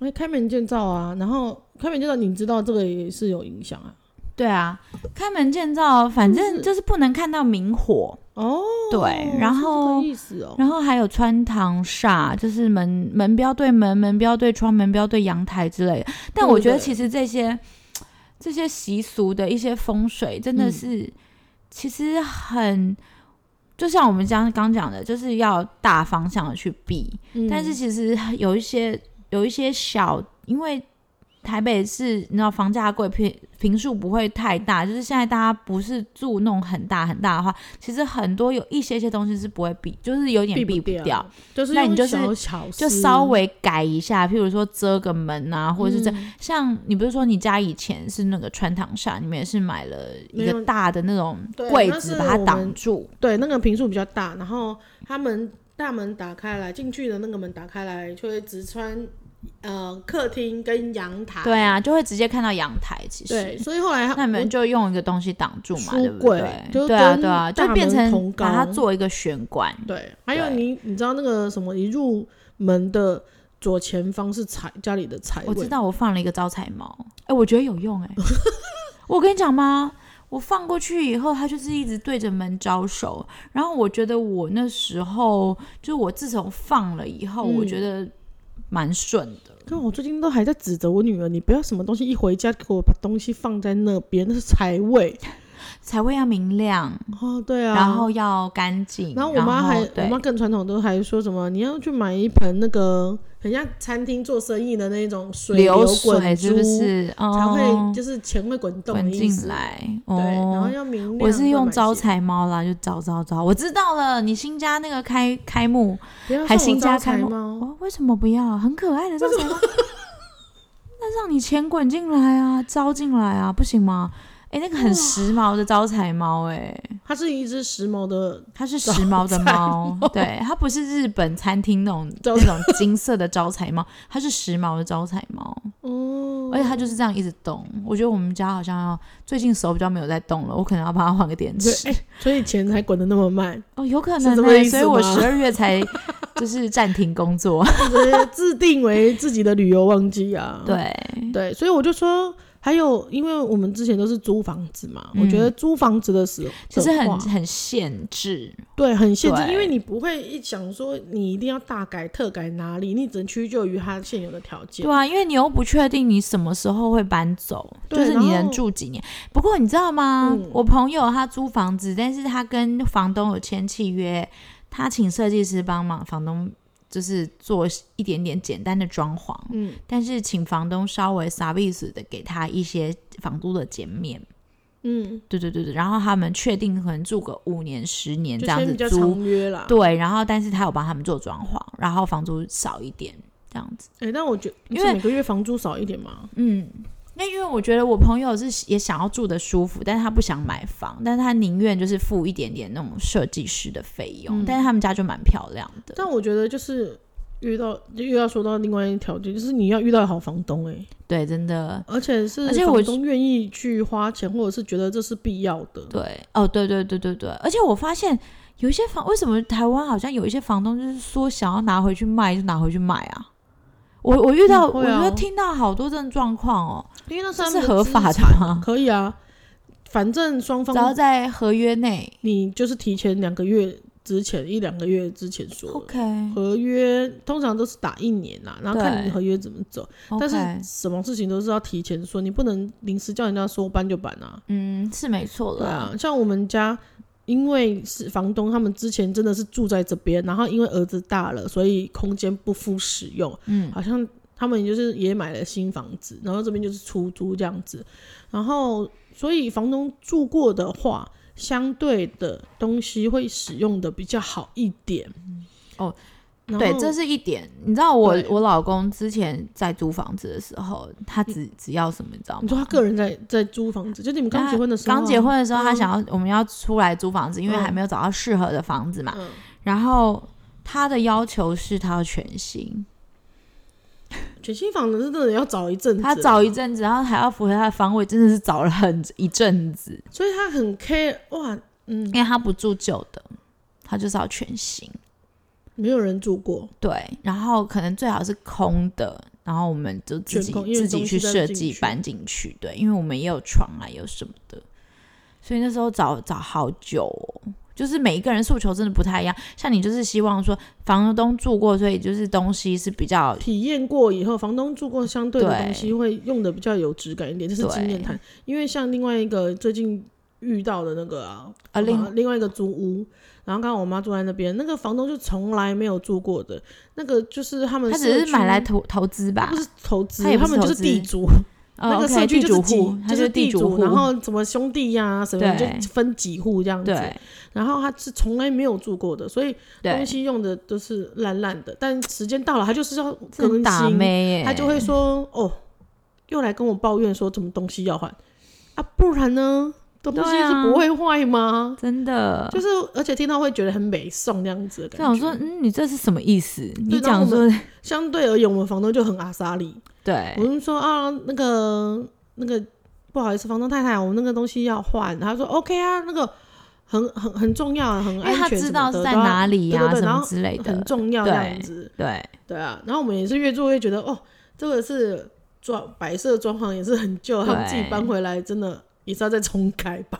S1: 哎，开门建造啊，然后开门建造，你知道这个也是有影响啊。
S2: 对啊，开门见照，反正就是不能看到明火，
S1: 哦，
S2: 对然
S1: 是这个
S2: 后
S1: 意思哦，
S2: 然后还有穿堂煞，就是门门标对门，门标对窗，门标对阳台之类的。但
S1: 对
S2: 我觉得
S1: 对
S2: 其实这些这些习俗的一些风水，真的是、其实很。就像我们刚刚讲的，就是要大方向的去避，
S1: 嗯
S2: 但是其实有一些有一些小，因为台北市你知道房价贵，平平数不会太大，就是现在大家不是住那种很大很大的话，其实很多有一些些东西是不会避，就是有点
S1: 避
S2: 避
S1: 不
S2: 掉，
S1: 掉就是
S2: 那你
S1: 用
S2: 就是
S1: 小巧
S2: 就
S1: 思
S2: 稍微改一下，譬如说遮个门啊，或者是这、
S1: 嗯
S2: 像你不是说你家以前是那个穿堂煞，你们也是买了一
S1: 没有
S2: 个大的那种
S1: 对
S2: 柜
S1: 那
S2: 子
S1: 是
S2: 把它
S1: 我
S2: 挡
S1: 们
S2: 住，
S1: 对，那个平数比较大，然后他们大门打开来，进去的那个门打开来，就会直穿呃客厅跟阳台。
S2: 对啊，就会直接看到阳台，其实
S1: 对，所以后来他
S2: 那你们
S1: 我
S2: 就用一个东西挡住嘛，
S1: 书
S2: 对不
S1: 柜
S2: 对？
S1: 就
S2: 对啊，
S1: 跟
S2: 对啊，
S1: 大
S2: 就变
S1: 门同
S2: 成
S1: 高
S2: 把它做一个玄关。
S1: 对，还有
S2: 对
S1: 你你知道那个什么，一入门的左前方是财家里的财位，
S2: 我知道我放了一个招财猫，哎、我觉得 有用哎、我跟你讲吗？我放过去以后，它就是一直对着门招手。然后我觉得我那时候，就是我自从放了以后，
S1: 嗯
S2: 我觉得蛮顺的。
S1: 可我最近都还在指责我女儿，你不要什么东西一回家给我把东西放在那边，那是财 位。
S2: 财位要明亮，
S1: 哦，对啊，
S2: 然后要干净。
S1: 然后我妈还，我
S2: 对
S1: 妈更传统，都还说什么你要去买一盆那个很像餐厅做生意的那种水
S2: 流
S1: 滚
S2: 水
S1: 珠，
S2: 是不是？
S1: 才
S2: 哦
S1: 会就是钱会滚动的
S2: 滚
S1: 意
S2: 进
S1: 思。
S2: 来。
S1: 对，然后
S2: 哦，
S1: 要明亮。
S2: 我是用
S1: 招，
S2: 招财猫啦，就招招招。我知道了，你新家那个开开幕，
S1: 不要
S2: 还
S1: 送我
S2: 新加
S1: 招财
S2: 开幕
S1: 吗？
S2: 哦，为什么不要？很可爱的招 财猫，那让你钱滚进来啊，招进来啊，不行吗？哎、哎、那个很时髦的招财猫、诶，哎，
S1: 它是一只时髦的，
S2: 它是时髦的猫，对，它不是日本餐厅那种
S1: 招
S2: 那
S1: 财
S2: 种金色的招财猫，它是时髦的招财猫，
S1: 哦，
S2: 而且它就是这样一直动。我觉得我们家好像要最近手比较没有在动了，我可能要帮它换个电池
S1: 对，。哎所以钱才滚的那么慢，
S2: 哦，有可
S1: 是
S2: 能
S1: 这
S2: 呢、
S1: 么意思
S2: 所以我
S1: 吗
S2: 十二 月才就是暂停工作。
S1: 直接自定为自己的旅游旺季啊。
S2: 对，
S1: 对，所以我就说，还有，因为我们之前都是租房子嘛，
S2: 嗯
S1: 我觉得租房子的时候，
S2: 其实
S1: 的
S2: 很
S1: 话
S2: 很限制，
S1: 对很限制，
S2: 对
S1: 因为你不会一想说你一定要大改特改哪里，你只能屈就于它现有的条件
S2: 对。啊，因为你又不确定你什么时候会搬走，就
S1: 对
S2: 是
S1: 然
S2: 你能
S1: 后
S2: 住几年。不过你知道吗？
S1: 嗯
S2: 我朋友他租房子，但是他跟房东有签契约，他请设计师帮忙，房东就是做一点点简单的装潢，
S1: 嗯，
S2: 但是请房东稍微 service 的给他一些房租的减免。
S1: 嗯，
S2: 对对对对，然后他们确定可能住个五年、十年
S1: 就
S2: 嗯这样
S1: 签
S2: 子
S1: 比较啊
S2: 租，
S1: 长约啦。
S2: 对，然后但是他有帮他们做装潢，然后房租少一点这样子。
S1: 哎、但我觉得
S2: 因
S1: 你是
S2: 为
S1: 每个月房租少一点嘛，
S2: 嗯，那因为我觉得我朋友是也想要住的舒服，但是他不想买房，但是他宁愿就是付一点点那种设计师的费用，
S1: 嗯
S2: 但是他们家就蛮漂亮的。
S1: 但我觉得就是遇到就又要说到另外一个条件，就是你要遇到好房东哎、
S2: 对，真的，
S1: 而且是
S2: 而且我
S1: 房东愿意去花钱，或者是觉得这是必要的。
S2: 对，哦，对对对对对，而且我发现有一些房，为什么台湾好像有一些房东就是说想要拿回去卖就拿回去卖啊？我我遇到，
S1: 嗯会
S2: 我觉得
S1: 啊
S2: 听到好多这种状况哦，
S1: 因为那是
S2: 这
S1: 他
S2: 是
S1: 们
S2: 合
S1: 资
S2: 法的
S1: 产
S2: 吗？
S1: 可以啊，反正双
S2: 只要
S1: 方
S2: 在合约内
S1: 你就是提前两个月之前一两个月之前说了
S2: ，OK，
S1: 合约通常都是打一年呐、然后看
S2: 对
S1: 你合约怎么走。但是什么事情都是要提前说，你不能临时叫人家说搬就搬啊。
S2: 嗯，是没错
S1: 对
S2: 了，
S1: 啊，像我们家，因为是房东，他们之前真的是住在这边，然后因为儿子大了，所以空间不敷使用，
S2: 嗯
S1: 好像他们就是也买了新房子，然后这边就是出租这样子，然后所以房东住过的话，相对的东西会使用的比较好一点。
S2: 哦，
S1: 对
S2: 对，这是一点。你知道我
S1: 对
S2: 我老公之前在租房子的时候，他
S1: 嗯
S2: 只只要什么，你知道
S1: 你
S2: 吗？
S1: 说他个人在在租房子，就你们刚结婚的时候啊、
S2: 刚结婚的时候，他
S1: 嗯
S2: 想要我们要出来租房子，因为
S1: 嗯
S2: 还没有找到适合的房子嘛。
S1: 嗯
S2: 然后他的要求是他要全新，
S1: 嗯全新房子是真的要找一阵子，
S2: 他找一嗯阵子，然后还要符合他的方位，真的是找了很一阵子，
S1: 所以他很 care 哇，嗯，
S2: 因为他不住旧的，他就是要全新。
S1: 没有人住过，
S2: 对，然后可能最好是空的，然后我们就自
S1: 全
S2: 己
S1: 空因为
S2: 自己
S1: 东
S2: 去
S1: 西带不
S2: 设
S1: 进
S2: 计
S1: 去
S2: 搬进去。对，因为我们也有床啊，也有什么的，所以那时候找找好久、哦，就是每一个人诉求真的不太一样。像你就是希望说房东住过，所以就是东西是比较
S1: 体验过以后，房东住过相对的
S2: 对
S1: 东西会用的比较有质感一点，这是
S2: 对
S1: 经验谈。因为像另外一个最近遇到的那个啊，
S2: 呃另
S1: 啊另外一个租屋，然后刚好我妈住在那边，那个房东就从来没有住过的，那个就是他们
S2: 他只是买来
S1: 社区。
S2: 投投资
S1: 他
S2: 吧
S1: 不，是投资，
S2: 他也不
S1: 他
S2: 是
S1: 们就
S2: 投
S1: 是
S2: 资
S1: 地主，
S2: 呃
S1: 那个
S2: OK，
S1: 社区
S2: 地
S1: 就是
S2: 主
S1: 几
S2: 户，，他
S1: 就是
S2: 地主户，
S1: 然后什么兄弟呀、什么
S2: 对
S1: 就分几户这样子。
S2: 对
S1: 然后他是从来没有住过的，所以东
S2: 对，
S1: 西用的都是烂烂的，但时间到了，他就是要
S2: 真
S1: 更
S2: 打
S1: 新，
S2: 妹耶，
S1: 他就会说：“哦，又来跟我抱怨说什么东西要换啊，不然呢，东西
S2: 对啊
S1: 是不会坏吗？”
S2: 真的
S1: 就。是，而且听到会觉得很美颂那样子的
S2: 就
S1: 感觉。
S2: 想说，嗯，你这是什么意思？你
S1: 对然后
S2: 讲
S1: 我
S2: 说，
S1: 相对而言，我们房东就很阿莎丽，
S2: 对
S1: 我，们说啊，那个那个不好意思，房东太太，我们那个东西要换。他说 OK 啊，那个很很很重要，啊很
S2: 因为他
S1: 安全
S2: 知
S1: 什
S2: 道
S1: 么
S2: 是
S1: 的，
S2: 在
S1: 都要
S2: 哪里呀、啊
S1: 对对对
S2: 什
S1: 然
S2: 么
S1: 后
S2: 之类
S1: 很
S2: 的。
S1: 重要这
S2: 对
S1: 样子。
S2: 对，
S1: 对啊，然后我们也是越做越觉得，哦，这个是装白色装潢也是很旧，他们自己
S2: 对
S1: 搬回来真的也是要再重改 吧？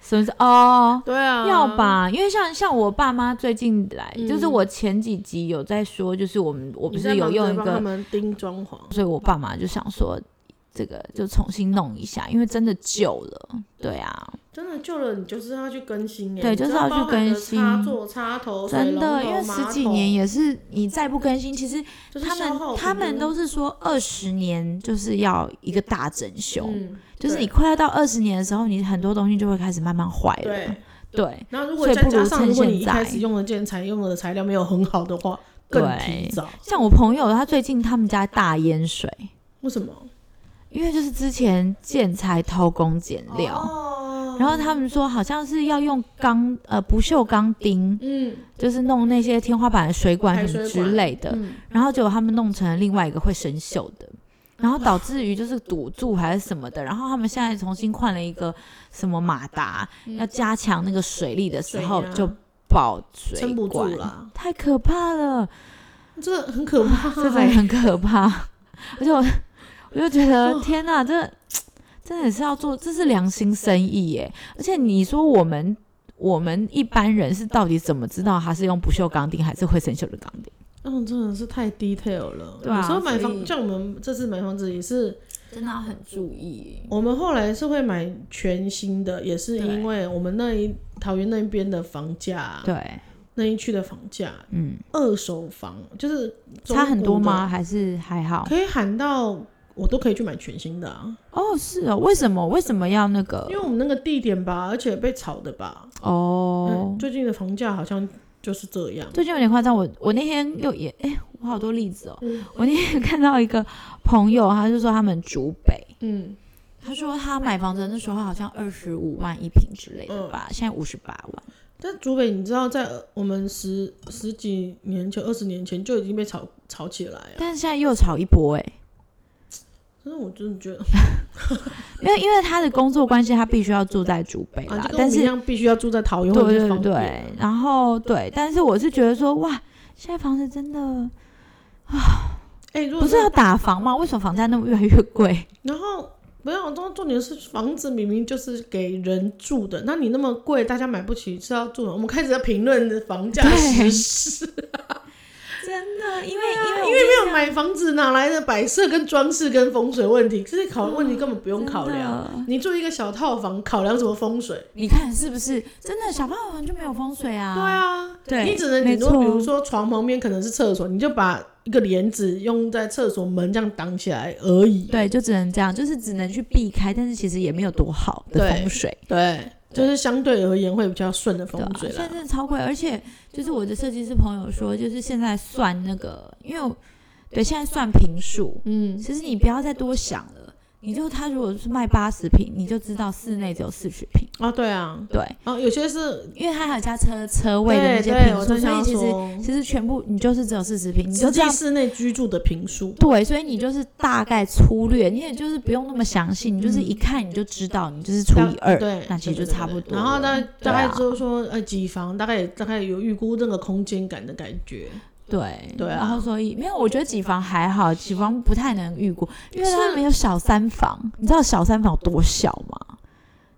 S2: 什么是哦？
S1: 对啊，
S2: 要？吧，因为像像我爸妈最近来，
S1: 嗯
S2: 就是我前几集有在说，就是我们我
S1: 我
S2: 不是有用一
S1: 帮他
S2: 个，
S1: 们钉装潢，
S2: 所以我爸妈就想说这个就重新弄一下，因为真的旧了。对啊，
S1: 真的旧了，你就是要去更新耶，
S2: 对
S1: 你知
S2: 就是
S1: 道
S2: 要
S1: 包
S2: 去
S1: 含
S2: 更
S1: 了
S2: 新
S1: 插座、插头、水
S2: 真
S1: 龙
S2: 的，
S1: 头
S2: 因为
S1: 马
S2: 十几
S1: 桶
S2: 年也是你再不更新，其实
S1: 就是
S2: 他
S1: 消耗
S2: 们
S1: 品
S2: 他们都是说二十年就是要一个大整修，
S1: 嗯，
S2: 就是
S1: 对
S2: 你快要到二十年的时候，你很多东西就会开始慢慢坏了
S1: 对。。
S2: 对，
S1: 然后如果
S2: 所以
S1: 再
S2: 不如
S1: 加上，
S2: 趁
S1: 如果你
S2: 现
S1: 一
S2: 在
S1: 开始用的建材用的材料没有很好的话，更
S2: 对
S1: 提早。
S2: 像我朋友，他最近他们家大淹水，
S1: 为什么？
S2: 因为就是之前建材偷工减料，
S1: 哦
S2: 然后他们说好像是要用钢呃不锈钢钉，
S1: 嗯
S2: 就是弄那些天花板的水管
S1: 排
S2: 什么
S1: 水管
S2: 之类的，
S1: 嗯，
S2: 然后结果他们弄成了另外一个会生锈的，然后导致于就是堵住还是什么的，然后他们现在重新换了一个什么马达，要加强那个水力的时候
S1: 嗯水压啊
S2: 就爆水
S1: 撑不住
S2: 管，
S1: 啦，
S2: 太可怕了，
S1: 这很可怕、
S2: 这真的很可怕， 而且我我就觉得
S1: 哦
S2: 天哪，这真的是要做，这是良心生意耶，而且你说我们。我们一般人是到底怎么知道它是用不锈钢钉还是会生锈的钢钉？
S1: 嗯，真的是太 detail 了。
S2: 对啊
S1: 有时候买
S2: 所以
S1: 房，像我们这次买房子也是，
S2: 真的要很注意。
S1: 我们后来是会买全新的，也是
S2: 对
S1: 因为我们那一桃园那边的房价，
S2: 对，
S1: 那一区的房价，
S2: 嗯，
S1: 二手房就是中
S2: 差很多
S1: 古的
S2: 吗？？还是还好？
S1: 可以喊到我都可以去买全新的啊，
S2: 哦，是哦，为什么为什么要那个
S1: 因？为我们那个地点吧，而且被炒的吧，
S2: 哦
S1: 嗯，，最近的房价好像就是这样。
S2: 最近有点夸张。我我那天又也哎、我好多例子哦。我那天看到一个朋友，他就说他们竹北，
S1: 嗯，
S2: 他说他买房子的那时候好像嗯二十五万一平之类的吧，现在五十八万。
S1: 但竹北，你知道，在呃我们十十几年前、二十年前就已经被炒炒起来了。
S2: 但是现在又炒一波哎、
S1: 可是我真的觉得，
S2: 因为因为他的工作关系，他必须要住在竹北
S1: 啊，
S2: 啦
S1: 就。跟我
S2: 但
S1: 们一
S2: 是
S1: 样，必须要住在桃园或者
S2: 对
S1: 是
S2: 对
S1: 方
S2: 对
S1: 便，
S2: 然后对，但是我是觉得说，哇，现在房子真的
S1: 哎，如果
S2: 不是要啊打房吗？为什么房价那么越来越贵？
S1: 然后没有，重重点是房子明明就是给人住的，那你那么贵，大家买不起是要住的。我们开始在评论房价实
S2: 对
S1: 施，
S2: 真的，啊因为、
S1: 因为没有买房子哪来的摆设跟装饰跟风水问题？这些考问题根本不
S2: 不
S1: 用考
S2: 哦
S1: 量。。你住一个小套房，考量什么风水？
S2: 你看是不是真的小泡房就没有风水啊？
S1: 对，啊，
S2: 对
S1: 你只能
S2: 没
S1: 顶多比如
S2: 错
S1: 说床旁边可能是厕所，你就把一个帘子用在厕所门这样挡起来而已。
S2: 对，就只能这样，就是只能去避开，但是其实也没有多好的
S1: 对
S2: 风水。
S1: 对，就是相对而言会比较顺的风
S2: 对啊，
S1: 水
S2: 现
S1: 啦
S2: 在。真的超贵，而且就是我的设计师朋友说，就是现在算那个，因为我对现在算平数，
S1: 嗯，
S2: 其实你不要再多想了，你就他如果是卖八十平，你就知道室内只有四十平，
S1: 啊，对啊，
S2: 对，
S1: 啊，有些是
S2: 因为它还有加车车位
S1: 对
S2: 的那些
S1: 对，
S2: 平
S1: 我
S2: 数，
S1: 正
S2: 所
S1: 想
S2: 以
S1: 要
S2: 其实
S1: 说，
S2: 其实全部你就是只有四十平，你就
S1: 实
S2: 这
S1: 际
S2: 样
S1: 室内居住的平数。
S2: 对，所以你就是大概粗略，你也就是不用那么详细，你就是
S1: 嗯
S2: 一看你就知道，你就是除以二，
S1: 对，
S2: 那其实
S1: 对
S2: 就
S1: 对
S2: 差
S1: 对
S2: 不
S1: 对
S2: 多
S1: 然后大
S2: 了
S1: 大概
S2: 对啊
S1: 就是说，呃，几房大概也大概有预估那个空间感的感觉，
S2: 对
S1: 对啊
S2: 然后所以没有，我觉得几房还好，几房不太能预估，因为
S1: 是
S2: 他们有小三房，你知道小三房有多小吗？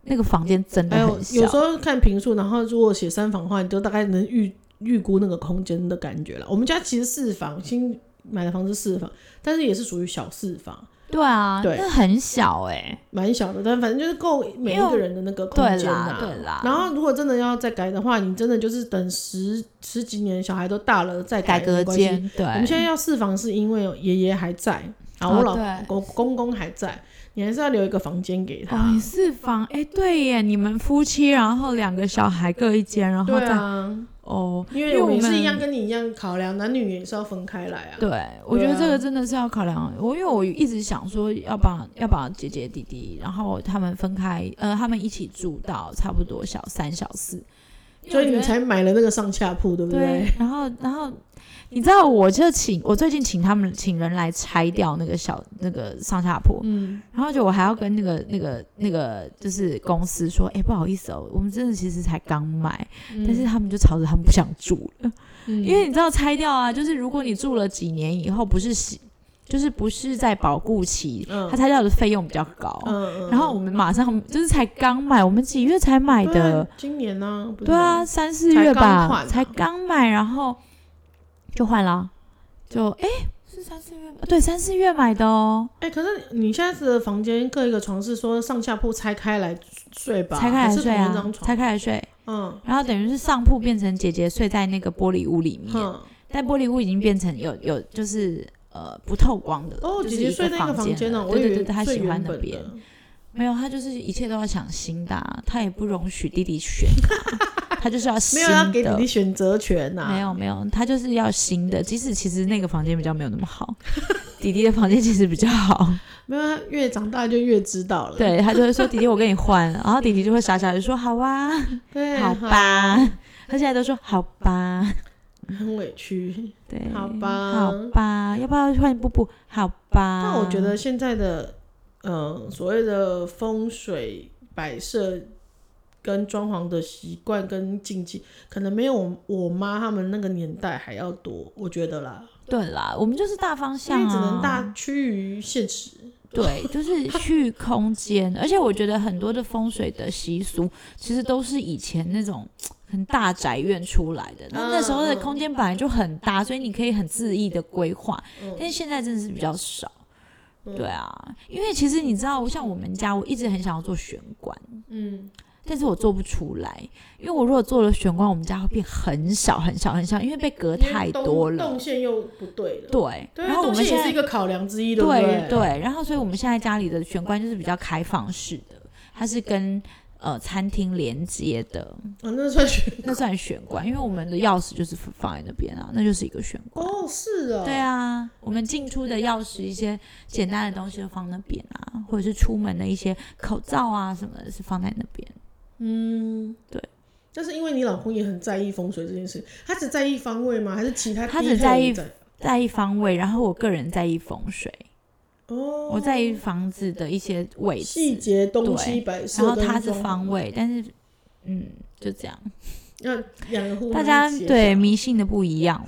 S2: 那个房间真的
S1: 还有
S2: 很小，
S1: 哎有时候看平数，然后如果写三房的话，你就大概能预预估那个空间的感觉了。我们家其实四房，新买的房是四房，但是也是属于小四房，
S2: 对啊，
S1: 对
S2: 那很小哎、
S1: 蛮小的，但反正就是够每一个人的那个空
S2: 对
S1: 间
S2: 啦
S1: 啦。
S2: 对啦
S1: 然后如果真的要再改的话，你真的就是等十十几年小孩都大了再
S2: 改
S1: 改
S2: 隔。
S1: 没关系
S2: 间，对，
S1: 我们现在要四房是因为爷爷还在，然后
S2: 哦
S1: 我老啊
S2: 对
S1: 公公公还在，你还是要留一个房间给
S2: 哦，
S1: 他
S2: 你。四房哎，对耶，你们夫妻，然后两个小孩各一间，然后
S1: 对
S2: 再、
S1: 啊，
S2: 哦，
S1: 因
S2: 因为
S1: 为
S2: 我
S1: 我
S2: 们
S1: 也是一样，跟你一样考量，男女也是要分开来啊。
S2: 对，我觉
S1: 对
S2: 得
S1: 啊
S2: 这个真的是要考量。我因为我一直想说要把要把姐姐弟弟，然后他们分开，呃，他们一起住到差不多小三小四，因为
S1: 所以
S2: 我
S1: 你
S2: 觉得
S1: 才买了那个上下铺，对不
S2: 对。然后然后你知道，我就请我最近请他们请人来拆掉那个小那个上下铺，
S1: 嗯，
S2: 然后就我还要跟那个那个那个就是公司说，哎、不好意思哦，我们真的其实才刚买，但是他们就吵着他们不想住了，
S1: 嗯
S2: 因为你知道拆掉啊，就是如果你住了几年以后，不是洗，就是不是在保固期，
S1: 嗯
S2: 它拆掉的费用比较高。
S1: 嗯，嗯
S2: 哦然后我们马上就是才刚买，我们几月才买的
S1: 对？啊今年呢？不是
S2: 对啊，，三四
S1: 才
S2: 月
S1: 刚
S2: 吧，才
S1: 换啊
S2: 刚买，然后就换了，就哎、是三四月吗，对，三四月买的哦。
S1: 哎，可是你现在的房间各一个床是说上下铺拆开来睡吧？
S2: 拆开来
S1: 还是
S2: 睡
S1: 同一
S2: 啊
S1: 张，
S2: 拆
S1: 床，
S2: 开来睡，
S1: 嗯
S2: 然后等于是上铺变成姐姐睡在那个玻璃屋里面，
S1: 哼，
S2: 但玻璃屋已经变成有有就是呃不透光的了
S1: 哦，
S2: 就
S1: 姐
S2: 是
S1: 姐
S2: 一
S1: 睡在一个
S2: 房
S1: 房间
S2: 了
S1: 呢，我
S2: 对
S1: 以
S2: 对
S1: 为
S2: 对，她
S1: 睡
S2: 喜欢
S1: 原
S2: 那
S1: 本
S2: 边
S1: 的。嗯
S2: 没有，她就是一切都要想新的、啊，她也不容许弟弟选啊，她就是要新
S1: 没
S2: 的，
S1: 有要给你选择权呐，啊
S2: 没有没有，他就是要新的。即使其实那个房间比较没有那么好， 弟弟的房间其实比 较好，
S1: 没有，他越长大就越知道了。
S2: 对他就会说弟弟我跟你换，然后弟弟就会傻傻的说好啊，
S1: 对，
S2: 好吧，他现在都说好吧，
S1: 好，很委屈。
S2: 对，
S1: 好吧
S2: 好吧，要不要换布布？好吧，
S1: 但我觉得现在的呃所谓的风水摆设跟装潢的习惯跟禁忌，可能没有我我妈他们那个年代还要多，我觉得啦，
S2: 对啦，我们就是大方
S1: 因
S2: 向、
S1: 为
S2: 啊，
S1: 只能大趋于现实。
S2: 对，就是去空间，而且我觉得很多的风水的习俗，其实都是以前那种很大宅院出来的。那那时候的空间本来就很大，所以你可以很恣意的规划，
S1: 嗯
S2: 但是现在真的是比较少。对啊，因为其实你知道，像我们家，我一直很想要做玄关，
S1: 嗯，
S2: 但是我做不出来，因为我如果做了玄关，我们家会变很小很小很小，因为被隔
S1: 因为
S2: 呃太
S1: 动
S2: 多
S1: 动
S2: 了。
S1: 线又不对了。
S2: 对，
S1: 对，
S2: 然后我
S1: 动
S2: 们
S1: 线
S2: 现
S1: 也
S2: 在
S1: 是一个考量之一，不
S2: 对
S1: 对？
S2: 然后所以我们现在家里的玄关就是比较开放式的，它是跟呃餐厅连接的，
S1: 啊，那算学
S2: 那算玄关，因为我们的钥匙就是放在那边啊，那就是一个玄关。
S1: 哦，是哦，
S2: 对，啊，我们进出的钥匙一些简单的东西就放那边啊，或者是出门的一些口罩啊什么的，是放在那边。
S1: 嗯，
S2: 对。
S1: 但是因为你老公也很在意风水这件事，他只在意方位吗？还是其他
S2: 他
S1: 地
S2: 只
S1: 方
S2: 在
S1: 也
S2: 意在意方位，然后我个人在意风水，
S1: 哦，
S2: 我在意房子的一些位
S1: 细
S2: 置，
S1: 节东西摆设，
S2: 然后他是方，位，但是嗯，就这样。
S1: 那两个互相
S2: 大家
S1: 协调
S2: 对迷信的不 一样，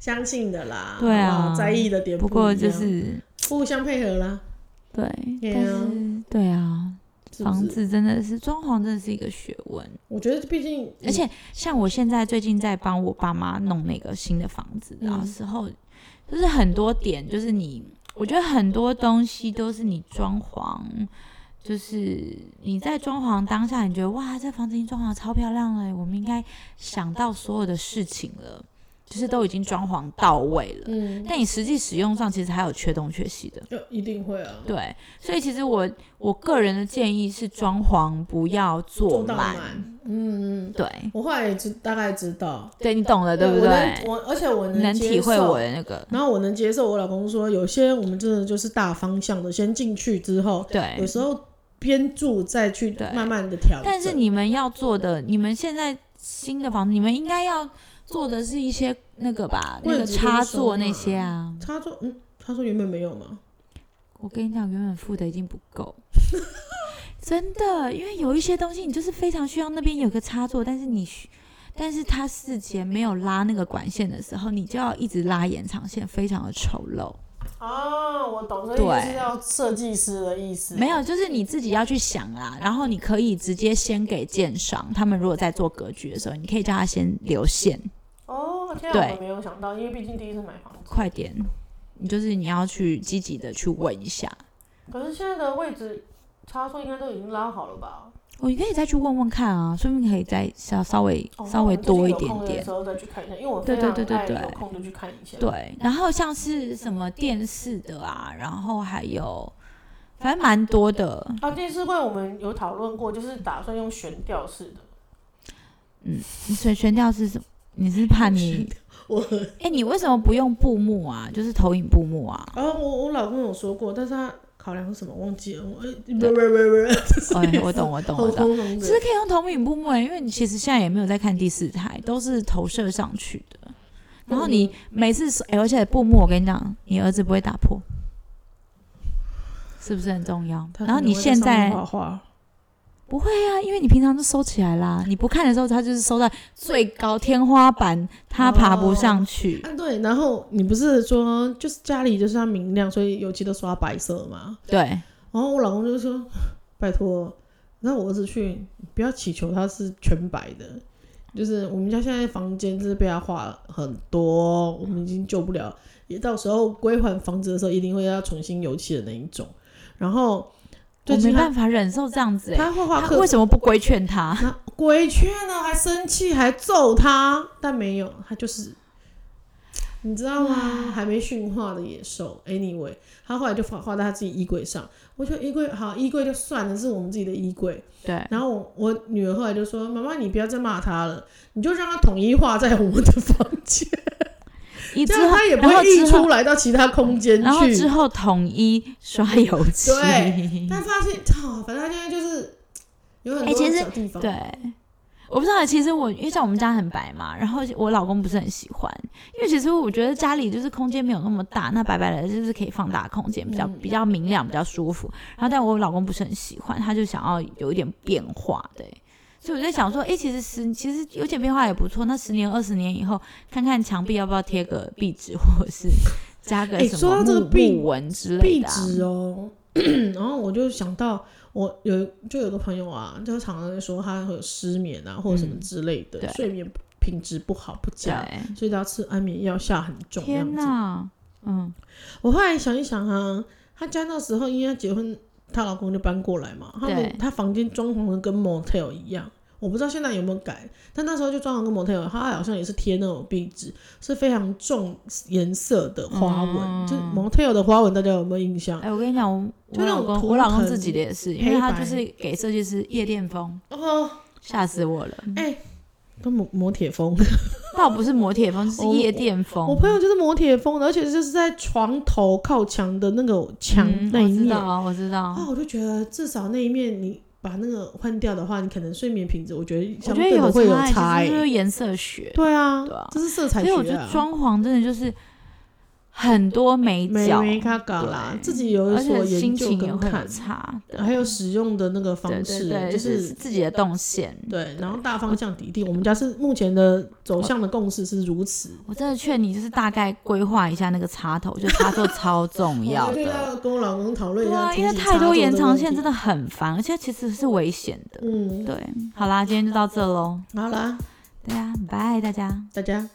S1: 相信的啦，
S2: 对啊
S1: 好不好在意的点
S2: 不
S1: 一
S2: 过
S1: 样
S2: 就是
S1: 互相配合啦，
S2: 对，
S1: 对
S2: 但
S1: 啊
S2: 是对啊，
S1: 是不
S2: 房
S1: 是？嗯
S2: 子真的是装潢真的是一个学问，
S1: 我觉得毕竟，
S2: 而且像我现在最近在帮我爸妈弄那个新的房子的
S1: 嗯
S2: 时候，就是很多点，就是你我觉得很多东西都是你装潢。就是你在装潢当下，你觉得哇，这房子已经装潢超漂亮了，我们应该想到所有的事情了，就是都已经装潢到位了。
S1: 嗯，
S2: 但你实际使用上其实还有缺东缺西的。
S1: 就一定会啊，
S2: 对，所以其实我我个人的建议是，装潢不要做
S1: 做到
S2: 满。
S1: 满，嗯，
S2: 对，
S1: 我后来也知大概知道，
S2: 对你懂了，对不
S1: 我能
S2: 对？
S1: 我而且我
S2: 能
S1: 接
S2: 体会
S1: 受
S2: 我的那个，
S1: 然后我能接受我老公说，有些我们真的就是大方向的，先进去之后，有
S2: 对。
S1: 时候边住再去
S2: 对
S1: 慢慢的调整。
S2: 但是你们要做的，你们现在新的房子，你们应该要做的是一些那个吧，那
S1: 柜
S2: 个
S1: 子
S2: 插
S1: 跟收
S2: 座那
S1: 纳
S2: 些啊。
S1: 他说，嗯，他说原本没有嘛，
S2: 我跟你讲，原本付的已经不够，真的，因为有一些东西你就是非常需要那边有个插座，但是你需，但是它事前没有拉那个管线的时候，你就要一直拉延长线，非常的丑陋。
S1: 哦，我懂，所
S2: 以对就是
S1: 要设计师的意思
S2: 没有，就是你自己要去想啦，然后你可以直接先给建商，他们如果在做格局的时候，你可以叫他先留线，
S1: 哦，天
S2: 啊对我们
S1: 没有想到，因为毕竟第一次买房子，
S2: 快点，你就是你要去积极的去问一下。
S1: 可是现在的位置插座应该都已经拉好了吧？
S2: 我、你可以再去问问看啊，说不定可以再稍稍微
S1: 哦
S2: 稍微多一点点。
S1: 时候再去看一下，因为我
S2: 对对对对对
S1: 空就去看一下
S2: 对，然后像是什么电视的啊，然后还有，反正蛮多的。
S1: 啊，电视柜我们有讨论过，就是打算用悬吊式的。
S2: 你选悬吊是什么？你是怕你？
S1: 我
S2: 哎、你为什么不用布幕啊？就是投影布幕啊？
S1: 然后哦我我老公有说过，但是他考量是什么忘记了，我哎不不不
S2: 哦，我懂，我懂，
S1: 不，
S2: 我
S1: 我
S2: 懂。
S1: 通通
S2: 其
S1: 的
S2: 实可以用投影布幕、欸，因为你其实现在也没有在看第四台，都是投射上去的。然后你每次手，哎、而且布幕，我跟你讲，你儿子不会打破，是不是很重要？
S1: 他可能
S2: 然后你
S1: 会
S2: 现
S1: 上面
S2: 在
S1: 画画，
S2: 不会啊，因为你平常都收起 来啦。你不看的时候，它就是收在最高天花板，它爬不上去。
S1: 啊对，然后你不是说就是家里就是要明亮，所以油漆都刷白色嘛。
S2: 对，
S1: 然后我老公就说，拜托，那我儿子去不要祈求他是全白的。就是我们家现在房间就是被他画很多，我们已经救不了，也到时候归还房子的时候一定会要重新油漆的那一种。然后
S2: 我
S1: 最
S2: 哦没
S1: 近他
S2: 办法忍受这样子、欸。
S1: 他画画
S2: 他
S1: 课
S2: 为什么不规劝他？
S1: 那规劝了，还生气，还揍他，但没有，他就是，你知道吗？还没驯化的野兽。Anyway，他后来就画画在他自己衣柜上。我觉得衣柜好，衣柜就算了，是我们自己的衣柜。
S2: 对，
S1: 然后我我女儿后来就说：“妈妈，你不要再骂他了，你就让他统一画在我们的房间。
S2: 一之
S1: 这样
S2: 后
S1: 它也不
S2: 然后
S1: 会溢
S2: 之后
S1: 出来到其他空间
S2: 然后之
S1: 去。
S2: 后统一刷油漆。
S1: 对但发现，哦，反正它现在就是有很
S2: 哎其
S1: 多
S2: 实
S1: 小地方，
S2: 对，我不知道，其实我因为像我们家很白嘛，然后我老公不是很喜欢，因为其实我觉得家里就是空间没有那么大，那白白的就是可以放大空间，比较
S1: 嗯
S2: 比较明亮，比较舒服。然后但我老公不是很喜欢，他就想要有一点变化，对。所以我在想说，哎、其实十其实有点变化也不错。那十年、二十年以后，看看墙壁要不要贴个壁纸，或者是加个
S1: 诶
S2: 什
S1: 说
S2: 么
S1: 到这个
S2: 木
S1: 壁
S2: 木纹之类
S1: 壁
S2: 的啊、
S1: 纸哦。 然后我就想到，我有就有个朋友啊，就常常在说他会有失眠啊，或者什么
S2: 嗯
S1: 之类的，
S2: 对
S1: 睡眠品质不好不佳，
S2: 对，
S1: 所以他吃安眠药下很重。这样
S2: 天
S1: 子。
S2: 哪，嗯，
S1: 我后来想一想啊，她家那时候因为她结婚，她老公就搬过来嘛，他
S2: 对
S1: 们她房间装潢的跟 motel 一样。我不知道现在有没有改，但那时候就装潢跟 motel，她好像也是贴那种壁纸，是非常重颜色的花纹，就是
S2: 嗯
S1: motel 的花纹，大家有没有印象
S2: 哎、？我跟你讲，我
S1: 就
S2: 我
S1: 那
S2: 老
S1: 种
S2: 公，
S1: 图
S2: 我老公
S1: 腾
S2: 自己的也是，因为
S1: 黑
S2: 他
S1: 白
S2: 就是给设计师夜店风，
S1: 哦，
S2: 吓死我了。
S1: 跟磨磨铁风，
S2: 倒不是磨铁风，是
S1: 我
S2: 夜店 风。嗯
S1: 我朋友就是磨铁风的，而且就是在床头靠墙的那个墙
S2: 嗯
S1: 那一面，
S2: 我知道，
S1: 啊，
S2: 我知道。
S1: 我就觉得至少那一面你把那个换掉的话，你可能睡眠品质，我觉得
S2: 我
S1: 相
S2: 觉得
S1: 对的
S2: 有
S1: 会有
S2: 差
S1: 差、
S2: 欸，其实就
S1: 欸。
S2: 是颜色学。
S1: 对啊，
S2: 对啊
S1: 这是色彩
S2: 所以我觉
S1: 学
S2: 得
S1: 啊，
S2: 装潢真的就是很多美
S1: 美
S2: 角，
S1: 美嘎嘎啦，
S2: 对
S1: 自己有
S2: 而
S1: 所
S2: 且
S1: 研
S2: 心
S1: 究
S2: 情也
S1: 跟
S2: 会
S1: 看
S2: 有，差。对
S1: 还有使用的那个
S2: 对
S1: 方式，
S2: 对对，
S1: 就是
S2: 自己的动线。
S1: 对，然后大方向底定。我们家是目前的走向的共识是如此。
S2: 我真的劝你，就是大概规划一下那个插头，就插座超重要
S1: 我就
S2: 的。
S1: 要跟我老公讨论一
S2: 对
S1: 下
S2: 啊，
S1: 停
S2: 因
S1: 止插座的问题，
S2: 为太多延长线真
S1: 的，
S2: 的很烦，而且其实是危险的。
S1: 嗯，
S2: 对，好啦，今天就到这喽。
S1: 好啦，
S2: 对啊，拜大家。
S1: 大家。